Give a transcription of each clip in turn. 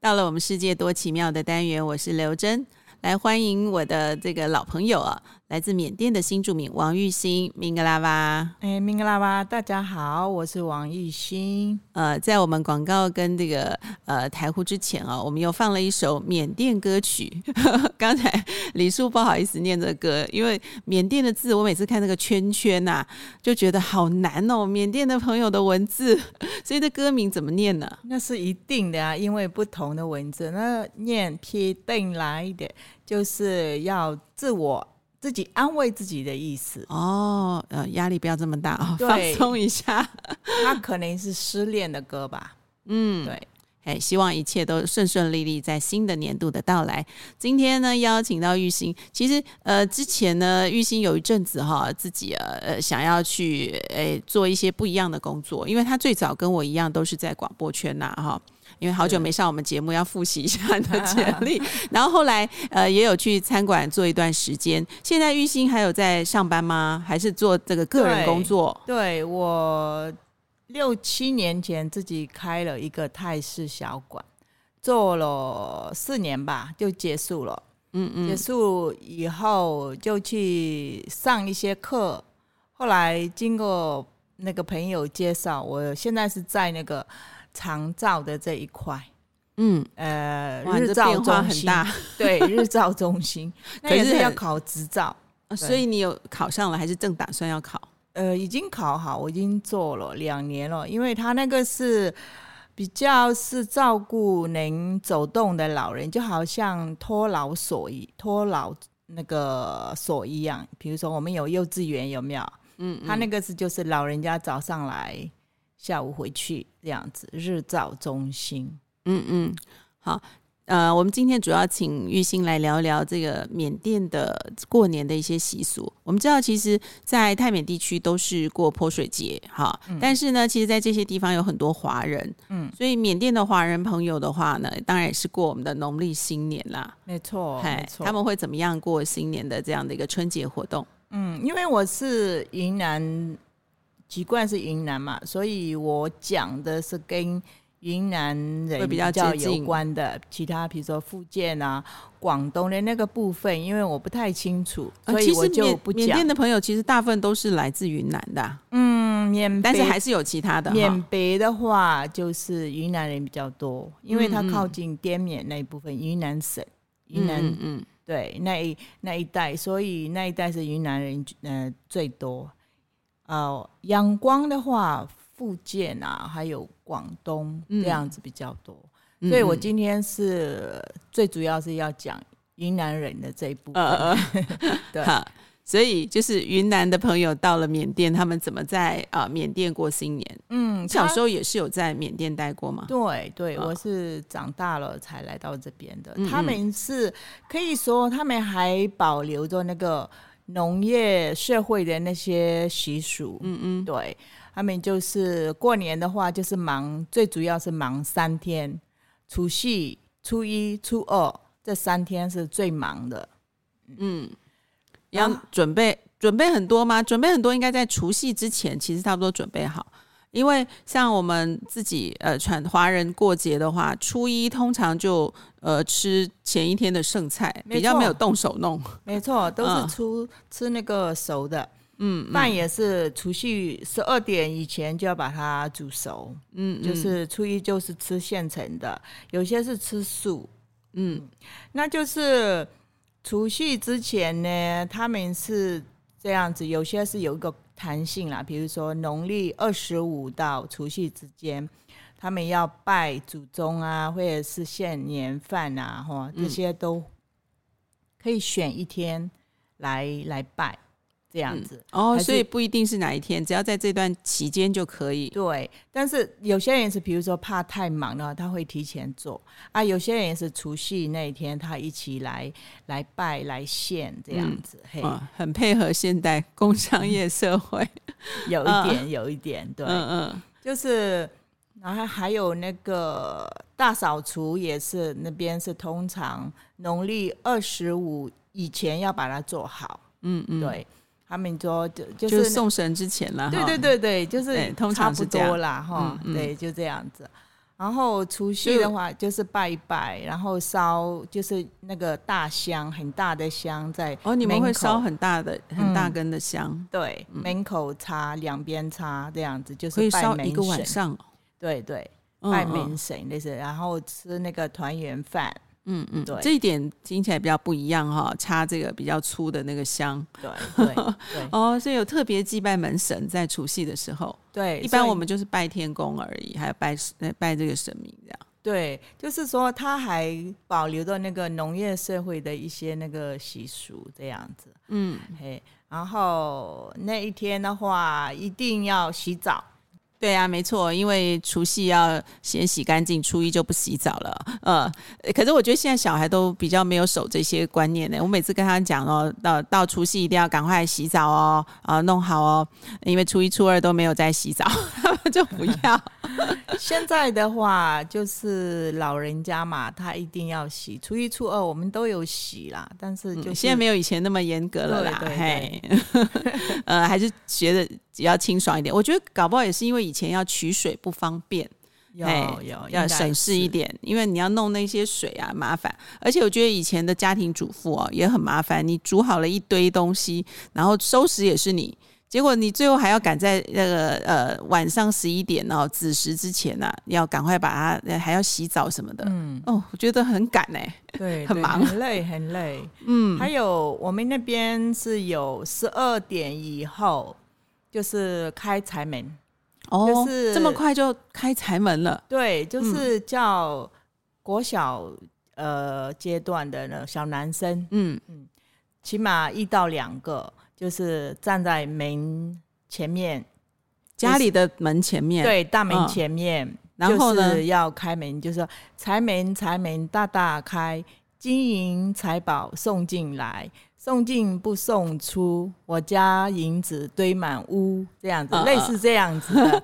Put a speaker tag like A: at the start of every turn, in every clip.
A: 到了我们世界多奇妙的单元，我是刘真，来欢迎我的这个老朋友啊，来自缅甸的新住民王玉兴，明格拉哇。
B: 哎，明格拉巴，大家好，我是王艺兴。
A: 呃，在我们广告跟这个呃台呼之前啊，我们又放了一首缅甸歌曲。 刚才李叔不好意思念这个歌，因为缅甸的字，我每次看那个圈圈呐、就觉得好难哦。缅甸的朋友的文字， 所以这歌名怎么念呢？
B: 那是一定的啊，因为不同的文字，那念批定来一点，就是要自我自己安慰自己的意思。
A: 哦，呃，压力不要这么大哦，
B: 对
A: 放松一下。
B: 他可能是失恋的歌吧？
A: 嗯，
B: 对。
A: 哎，希望一切都顺顺利利，在新的年度的到来。今天呢，邀请到玉兴。其实，呃，之前呢，玉兴有一阵子哈，自己呃呃想要去诶做一些不一样的工作，因为他最早跟我一样都是在广播圈呐、哈。因为好久没上我们节目，要复习一下你的简历。然后后来呃也有去餐馆做一段时间。现在玉兴还有在上班吗？还是做这个个人
B: 对
A: 工作？
B: 对我六七年前自己开了一个泰式小馆，做了四年吧，就结束了。
A: 嗯嗯
B: 结束以后就去上一些课，后来经过那个朋友介绍，我现在是在那个长照的这一块，
A: 嗯，
B: 呃，
A: 哇，
B: 日
A: 这
B: 照
A: 变化
B: 中
A: 很
B: 心，
A: 大。
B: 对，日照中心，那
A: 可
B: 也
A: 是
B: 是要
A: 很
B: 考执照，
A: 啊
B: 对
A: 所以你有考上了，还是正打算要考？
B: 呃，已经考好，我已经做了两年了，因为他那个是。比较是照顾能走动的老人，就好像托老所一托老那个所一样。比如说，我们有幼稚园，有没有？
A: 嗯
B: 他那个是就是老人家早上来，下午回去这样子，日照中心。
A: 嗯嗯，好。呃，我们今天主要请玉兴来聊聊这个缅甸的过年的一些习俗。我们知道，其实，在泰缅地区都是过泼水节，哈、但是呢，其实，在这些地方有很多华人，
B: 嗯，
A: 所以缅甸的华人朋友的话呢，当然也是过我们的农历新年啦。
B: 没错，
A: 嗨
B: 哦没错。
A: 他们会怎么样过新年的这样的一个春节活动？
B: 嗯，因为我是云南，籍贯是云南嘛，所以我讲的是跟云南
A: 会
B: 人
A: 比较接近
B: 有关的。其他比如说福建啊、广东的那个部分，因为我不太清楚，
A: 呃
B: 所以
A: 其实
B: 我就
A: 缅
B: 不
A: 缅甸
B: 讲。
A: 的朋友其实大部分都是来自云南的啊、
B: 嗯，缅
A: 但是
B: 北
A: 还是有其他的哈。
B: 缅北的话，就是云南人比较多，因为它
A: 嗯嗯
B: 靠近滇缅那一部分，云南省、
A: 嗯
B: 云南、
A: 嗯嗯
B: 对那一那一带，所以那一带是云南人呃最多。呃，阳光的话，福建啊，还有广东
A: 嗯
B: 这样子比较多。
A: 嗯
B: 所以我
A: 嗯
B: 今天是最主要是要讲云南人的这一部分。
A: 呃，
B: 对
A: 哈，所以就是云南的朋友到了缅甸，他们怎么在啊、呃缅甸过新年？
B: 嗯，
A: 小
B: 他
A: 时候也是有在缅甸待过吗？
B: 对对，
A: 啊
B: 我是长大了才来到这边的。
A: 嗯
B: 他们是可以说，他们还保留着那个农业社会的那些习俗。
A: 嗯嗯，
B: 对他们就是过年的话，就是忙，最主要是忙三天，除夕、初一、初二这三天是最忙的。
A: 嗯
B: 嗯
A: 要
B: 啊
A: 准备、准备很多吗？准备嗯
B: 嗯
A: 很多，应该在除夕之前，其实差不多准备好。因为像我们自己呃，传华人过节的话，初一通常就呃吃前一天的剩菜，
B: 没
A: 比较没有
B: 错
A: 动手弄。
B: 没错，都
A: 嗯
B: 是出、吃那个熟的。嗯，饭也是除夕十二点以前就要把它煮熟。
A: 嗯，
B: 就
A: 嗯
B: 是初一就是吃现成的，有些是吃素，
A: 嗯
B: 那就是除夕之前呢，他们是这样子，有些是有一个弹性啦，比如说农历二十五到除夕之间，他们要拜祖宗啊，或者是现年饭啊，哈，
A: 嗯
B: 这些都可以选一天来来拜，这样子。
A: 哦，
B: 还是
A: 所以不一定是哪一天，只要在这段期间就可以。
B: 对，但是有些人是，比如说怕太忙了，他会提前做啊；有些人也是除夕那一天，他一起来来拜来献这样子，嘿，
A: 嗯，很配合现代工商业社会。
B: 有
A: 嗯
B: 一点，有一点， 对，
A: 嗯嗯，
B: 就是，然后还有那个大扫除也是，那边是通常农历二十五以前要把它做好，
A: 嗯嗯，
B: 对他们说就
A: 就
B: 就
A: 是是送神之前了哈。
B: 对对对对，就是
A: 对通常
B: 差不
A: 是这样
B: 多啦哈
A: 嗯，嗯
B: 对，就这样子。然后除夕的话就是拜一拜，然后烧就是那个大香，很大的香在
A: 哦，你们
B: 门
A: 会
B: 口
A: 烧很大的、很大
B: 嗯
A: 根的香，
B: 对、门口插两边插这样子，就是
A: 可以
B: 拜
A: 烧
B: 门
A: 一个晚
B: 神，
A: 上哦。
B: 对对，
A: 嗯
B: 拜
A: 嗯
B: 门神类似，然后吃那个团圆饭，
A: 嗯嗯，
B: 对
A: 这一点听起来比较不一样哈、插这个比较粗的那个香
B: 对对 对
A: 哦，所以有特别祭拜门神在除夕的时候，
B: 对，
A: 一
B: 所
A: 般
B: 以
A: 我们就是拜天公而已，还有拜呃拜这个神明这样。
B: 对，就是说他还保留着那个农业社会的一些那个习俗这样子，
A: 嗯，
B: 嘿，然后那一天的话一定要洗澡，
A: 对啊，没错，因为除夕要先洗干净，初一就不洗澡了。呃，可是我觉得现在小孩都比较没有守这些观念呢。我每次跟他讲哦，到到除夕一定要赶快洗澡哦，啊，弄好哦，因为初一初二都没有在洗澡， 他们就不要。
B: 现在的话，就是老人家嘛，他一定要洗，初一、初二我们都有洗啦，但是 就是、
A: 嗯现在没有以前那么严格了啦，
B: 对对
A: 嘿， 呃，还是觉得比较清爽一点。我觉得搞不好也是因为以前要取水不方便，
B: 有
A: 哎
B: 有有
A: 要省事一。点，因为你要弄那些水啊，麻烦。而且我觉得以前的家庭主妇哦也很麻烦，你煮好了一堆东西，然后收拾也是你。结果你最后还要赶在那个呃晚上十一点哦子时之前呢、要赶快把它呃还要洗澡什么的。嗯，哦，我觉得很赶哎、
B: 应该是对，
A: 很
B: 对
A: 忙
B: 很累，很 累。嗯，还有我们那边是有十二点以后就是开柴门，
A: 哦，
B: 就是
A: 这么快就开柴门了。
B: 对，
A: 嗯
B: 就是叫国小呃阶段的呢小男生，
A: 嗯，
B: 起码一到两个，就是站在门前面。
A: 家里的门前面，，
B: 对，大
A: 嗯
B: 门前面，
A: 然后呢
B: 就是要开门，就是说财门财门大大开，金银财宝送进来，送进不送出，我家银子堆满屋，这样子，
A: 嗯
B: 类似这样子 的，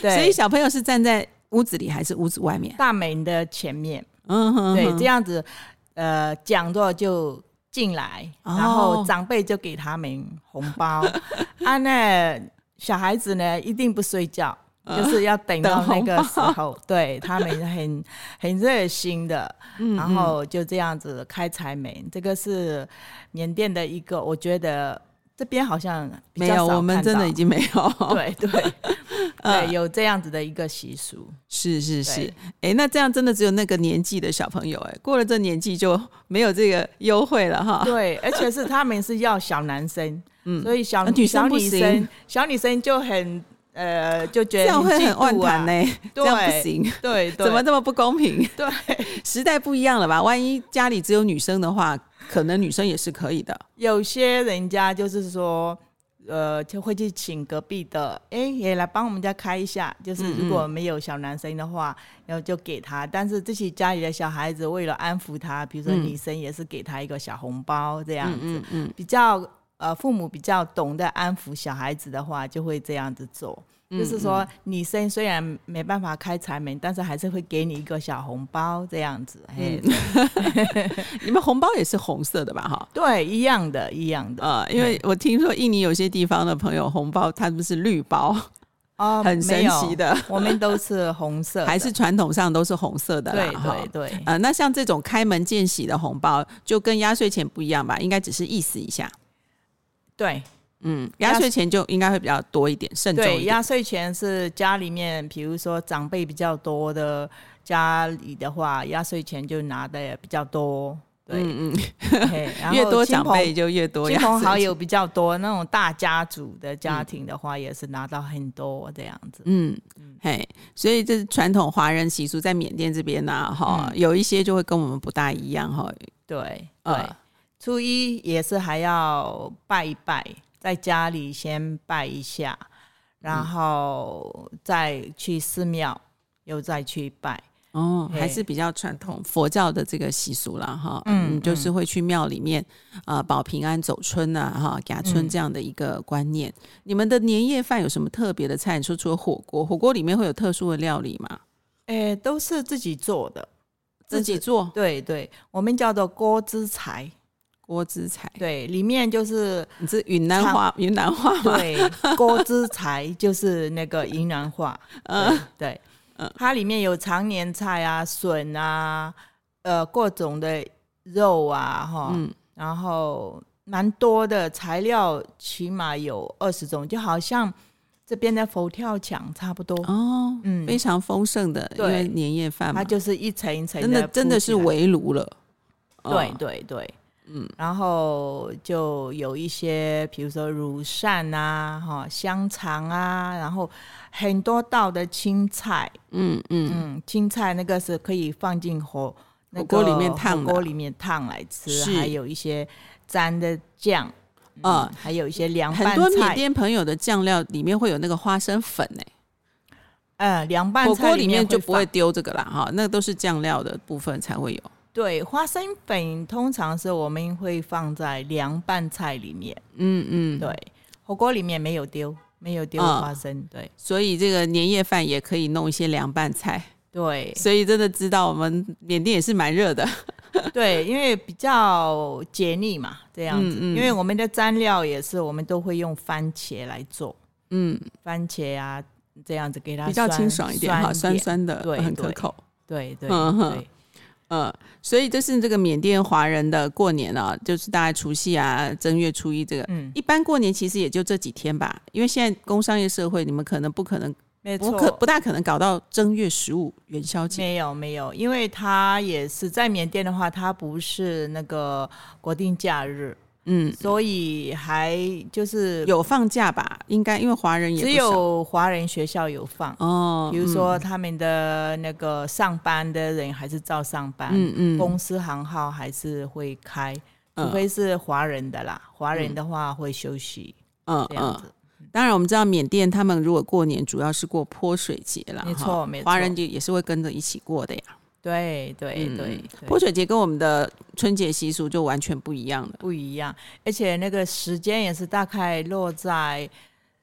B: 对，
A: 所以小朋友是站在屋子里还是屋子外面？
B: 大门的前面，
A: 嗯哼
B: 对，
A: 哼
B: 这样子，呃，讲座就进来，
A: 哦
B: 然后长辈就给他们红包， 啊，那小孩子呢一定不睡觉。
A: 嗯
B: 就是要等到那个 时候，对他们很很热心的，
A: 嗯
B: 然后就这样子开柴门。这个是缅甸的一个，我觉得这边好像比
A: 没
B: 较
A: 有，
B: 少
A: 我们
B: 看
A: 真的
B: 到
A: 已经没 有。
B: 对对
A: 嗯
B: 对，有这样子的一个习俗。
A: 是是是
B: 对，
A: 哎，那这样真的只有那个年纪的小朋友，哎，过了这年纪就没有这个优惠了哈。
B: 对，而且是他们是要小男 生，所以小
A: 啊女
B: 小
A: 生不
B: 女
A: 行
B: 生小女生就很呃就
A: 这
B: 觉得
A: 样会
B: 嫉
A: 很
B: 妒
A: 万
B: 啊
A: 谈呢、，这样不
B: 对
A: 行，
B: 对，对
A: 怎么这么不公平？
B: 对
A: 时代不一样了吧？万一家里只有女生的话，可能女生也是可以的。
B: 有些人家就是说。呃，就会去请隔壁的，哎，也来帮我们家开一下。就是如果没有小男生的话，然后就给他。但是这些家里的小孩子为了安抚他，比如说女生也是给他一个小红包这样子，
A: 嗯嗯，
B: 比较呃父母比较懂得安抚小孩子的话，就会这样子做。
A: 嗯
B: 就是说，女生虽然没办法开财门，但是还是会给你一个小红包这样子。嘿，
A: 嗯你们红包也是红色的吧？哈，
B: 对，一样的，一样的。
A: 呃，因为我听说印尼有些地方的朋友红包他们是绿包，
B: 哦，
A: 很神
B: 没有
A: 奇的
B: 我们都是红色的，
A: 还是传统上都是红色的啦
B: 对
A: 哈
B: 对对。
A: 呃，那像这种开门见喜的红包，就跟压岁钱不一样吧？应该只是意思一下。
B: 对
A: 嗯，压岁钱就应该会比较多一点，慎重
B: 对，
A: 一点。
B: 压岁钱是家里面，比如说长辈比较多的家里的话，压岁钱就拿的也比较多。对，
A: 嗯嗯，
B: 嘿然
A: 越
B: 后
A: 多
B: 亲
A: 长
B: 朋
A: 辈就越多
B: 亲
A: 压
B: 朋
A: 岁
B: 好
A: 钱
B: 友比较多，那种大家族的家庭的话，也是拿到很多这样子。
A: 嗯，嘿，所以这是传统华人习俗，在缅甸这边呢、啊哈、
B: 嗯
A: 有一些就会跟我们不大一样，哈，
B: 对对，
A: 呃，
B: 初一也是还要拜一拜，在家里先拜一下，然后再去寺庙，又再去拜。
A: 哦，
B: 嘿
A: 还是比较传统佛教的这个习俗啦，哈，
B: 嗯
A: 嗯，就是会去庙里面啊、呃保平安、走春呐、哈，假春
B: 嗯
A: 这样的一个观念。你们的年夜饭有什么特别的菜？你说除了火锅，火锅里面会有特殊的料理吗？
B: 诶，都是自己做的。
A: 自己做
B: 对对，我们叫做锅之财。
A: 锅之菜，
B: 对，里面就是
A: 你是云南话，云 南话吗？
B: 对锅之财就是那个云南话。对对，
A: 嗯
B: 它里面有常年菜啊、笋啊，呃，各种的肉啊，哈，
A: 嗯
B: 然后蛮多的材料，起码有二十种，就好像这边的佛跳墙差不多，
A: 哦，
B: 嗯
A: 非常丰盛的，因
B: 对
A: 为年夜饭嘛
B: 它，就是一层一层
A: 真的真的是
B: 围。
A: 围炉了。
B: 对
A: 哦
B: 对对，
A: 嗯，
B: 然后就有一些，比如说乳扇啊，哈，香肠啊，然后很多道的青菜，
A: 嗯嗯，
B: 嗯，青菜那个是可以放进火那
A: 火锅里
B: 个
A: 面烫
B: 火
A: 的
B: 锅里面烫来吃，
A: 是
B: 还有一些沾的酱，
A: 啊
B: 嗯，还有一些凉
A: 很
B: 拌
A: 多缅
B: 菜，
A: 甸朋友的酱料里面会有那个花生粉诶、
B: 嗯，凉拌
A: 火
B: 菜
A: 锅里面就不会
B: 放
A: 丢这个啦，哈，那都是酱料的部分才会有。
B: 对花生粉，通常是我们会放在凉拌菜里面，
A: 嗯嗯，
B: 对，火锅里面没有丢，没有丢
A: 嗯
B: 花生，对。
A: 所以这个年夜饭也可以弄一些凉拌菜，
B: 对
A: 所以真的知道我们缅甸也是蛮热的。
B: 对，因为比较解腻嘛，这样子。
A: 嗯嗯
B: 因为我们的蘸料也是，我们都会用番茄来做，
A: 嗯，
B: 番茄啊这样子给它
A: 比较
B: 酸
A: 清爽一点哈，酸。酸的，
B: 对
A: 很可
B: 对
A: 口。
B: 对对
A: 嗯哼
B: 对
A: 嗯，所以这是这个缅甸华人的过年啊，就是大概除夕啊、正月初一这个。
B: 嗯，
A: 一般过年其实也就这几天吧，因为现在工商业社会，你们可能不可能
B: 没
A: 不可
B: 错
A: 不。大可能搞到正月十五元宵节。
B: 没有没有，因为它也是在缅甸的话，它不是那个国定假日，
A: 嗯，
B: 所以还就是
A: 有放假吧？应该因为华人也不
B: 只
A: 少
B: 有华人学校有放，
A: 哦，
B: 比如说他们的那个上班的人还是照上班，
A: 嗯嗯嗯
B: 公司行号还是会开，
A: 嗯
B: 除非是华人的啦。华人的话会休息
A: 嗯
B: 这样
A: 嗯。
B: 子，
A: 当然，我们知道缅甸他们如果过年主要是过泼水节啦，
B: 没
A: 哈，
B: 错没错。
A: 华人就也是会跟着一起过的呀。
B: 对对
A: 嗯
B: 对，
A: 泼
B: 对
A: 水节跟我们的春节习俗就完全不一样了。
B: 不一样，而且那个时间也是大概落在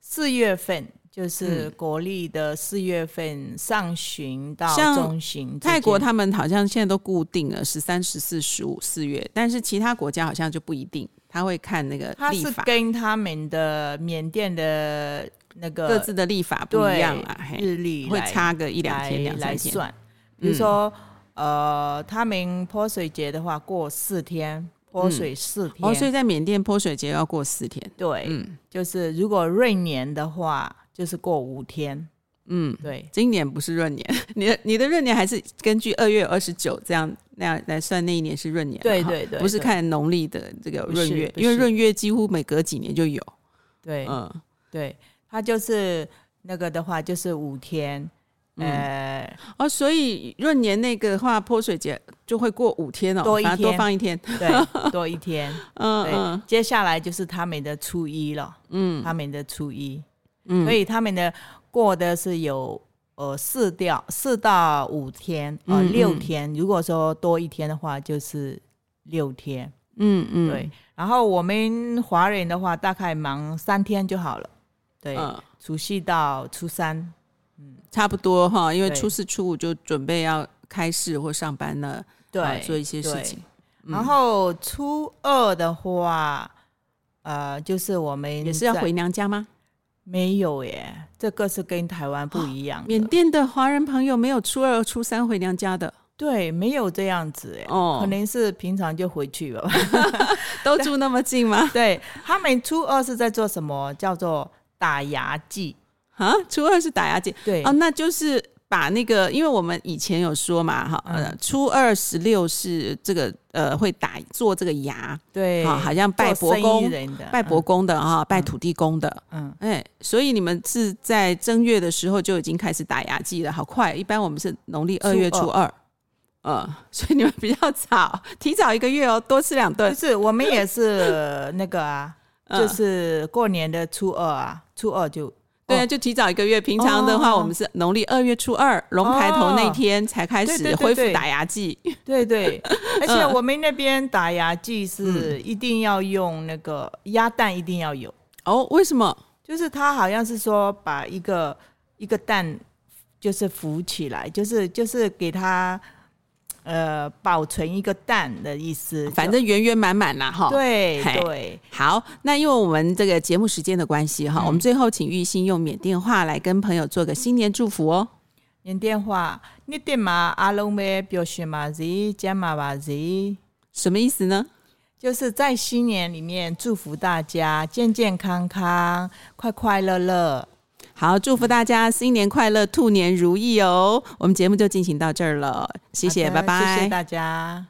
B: 四月份。就是
A: 嗯
B: 国历的四月份上旬到
A: 像
B: 中旬之间，
A: 泰国他们好像现在都固定了十三、十四、十五四月，但是其他国家好像就不一定，他会看那个
B: 它
A: 历
B: 是
A: 法，
B: 跟他们的缅甸的那个
A: 各自的历法不一
B: 对
A: 样啦，嘿，
B: 日历
A: 会
B: 来
A: 差个一两
B: 来
A: 天、两
B: 来
A: 三天。
B: 算。比
A: 嗯
B: 如说，呃，他们泼水节的话，过四天，泼水四天。
A: 哦，所以在缅甸泼水节要过四天。
B: 对，
A: 嗯
B: 就是如果闰年的话，就是过五天。
A: 嗯，
B: 对，
A: 今年不是闰年， 你的你的闰年还是根据二月二十九这样那样来算，那一年是闰年嘛。
B: 对
A: 哈
B: 对对
A: 不是
B: 对
A: 看农历的这个
B: 不
A: 闰
B: 是
A: 月，
B: 不
A: 因为
B: 是
A: 闰月几乎每隔几年就有。
B: 对，
A: 嗯，
B: 对，它就是那个的话，就是五天。
A: 嗯
B: 呃，
A: 哦，所以闰年那个话泼水节就会过五天哦，
B: 多一
A: 反正多
B: 天
A: 放一天。
B: 对，多一天。
A: 嗯
B: 对
A: 嗯
B: 接下来就是他们的初一了，
A: 嗯
B: 他们的初一，
A: 嗯，
B: 所以他们的过的是有呃四掉四到五天，呃
A: 嗯
B: 六
A: 嗯
B: 天。如果说多一天的话，就是六天。
A: 嗯嗯
B: 对，，然后我们华人的话，大概忙三天就好了。对，
A: 嗯，
B: 除夕到初三，
A: 差不多哈，因为
B: 对
A: 初四初五就准备要开市或上班了，
B: 对，
A: 啊做一些事
B: 对
A: 情。嗯
B: 然后初二的话，呃，就是我们
A: 也是要
B: 在
A: 回娘家吗？
B: 没有耶，这个是跟台湾不一样的。
A: 缅甸的华人朋友没有初二、初三回娘家的
B: 对，没有这样子耶，
A: 哦
B: 可，能是平常就回去吧。
A: 都住那么近吗？
B: 对他们初二是在做什么？叫做打牙祭。
A: 啊，初二是打牙祭
B: 对，
A: 哦，那就是把那个，因为我们以前有说嘛哈，
B: 嗯
A: 呃，初二十六是这个呃会打做这个牙，
B: 对，
A: 啊，好像拜
B: 做
A: 伯
B: 生意
A: 公、
B: 人的
A: 拜伯，公的啊，拜土地公的。
B: 嗯，
A: 哎，所以你们是在正月的时候就已经开始打牙祭了，好快！一般我们是农历二月初
B: 初
A: 二，嗯，所以你们比较早，提早一个月哦，多吃两
B: 嗯
A: 顿
B: 就。是我们也是那个啊，
A: 嗯
B: 就是过年的初二啊，初二就
A: 对啊，就提早一个月。平常的话，
B: 哦
A: 我们是农历二月初二龙抬头那天才开
B: 对
A: 始
B: 对对
A: 恢复
B: 对
A: 打牙祭。
B: 对对，而且
A: 嗯
B: 我们那边打牙祭是一定要用那个鸭蛋，一定要有，
A: 哦，为什么？
B: 就是他好像是说把一个一个蛋就是浮起来，就是就是给它呃保存一个蛋的意思，
A: 啊反正圆圆满满啦，哈。
B: 就。对
A: 嘿
B: 对，
A: 好，那因为我们这个节
B: 嗯
A: 目时间的关系哈，我们最后请玉兴用缅甸话来跟朋友做个新年祝福哦。
B: 您电话，你电嘛阿龙呗，表示嘛是加嘛吧是，
A: 什么意思呢？
B: 就是在新年里面祝福大家健健康康、快快乐乐。
A: 好，祝福大家新年快乐，兔年如意哦！我们节目就进行到这儿了，谢谢，
B: 好
A: 拜
B: 的
A: 拜，
B: 谢谢大家。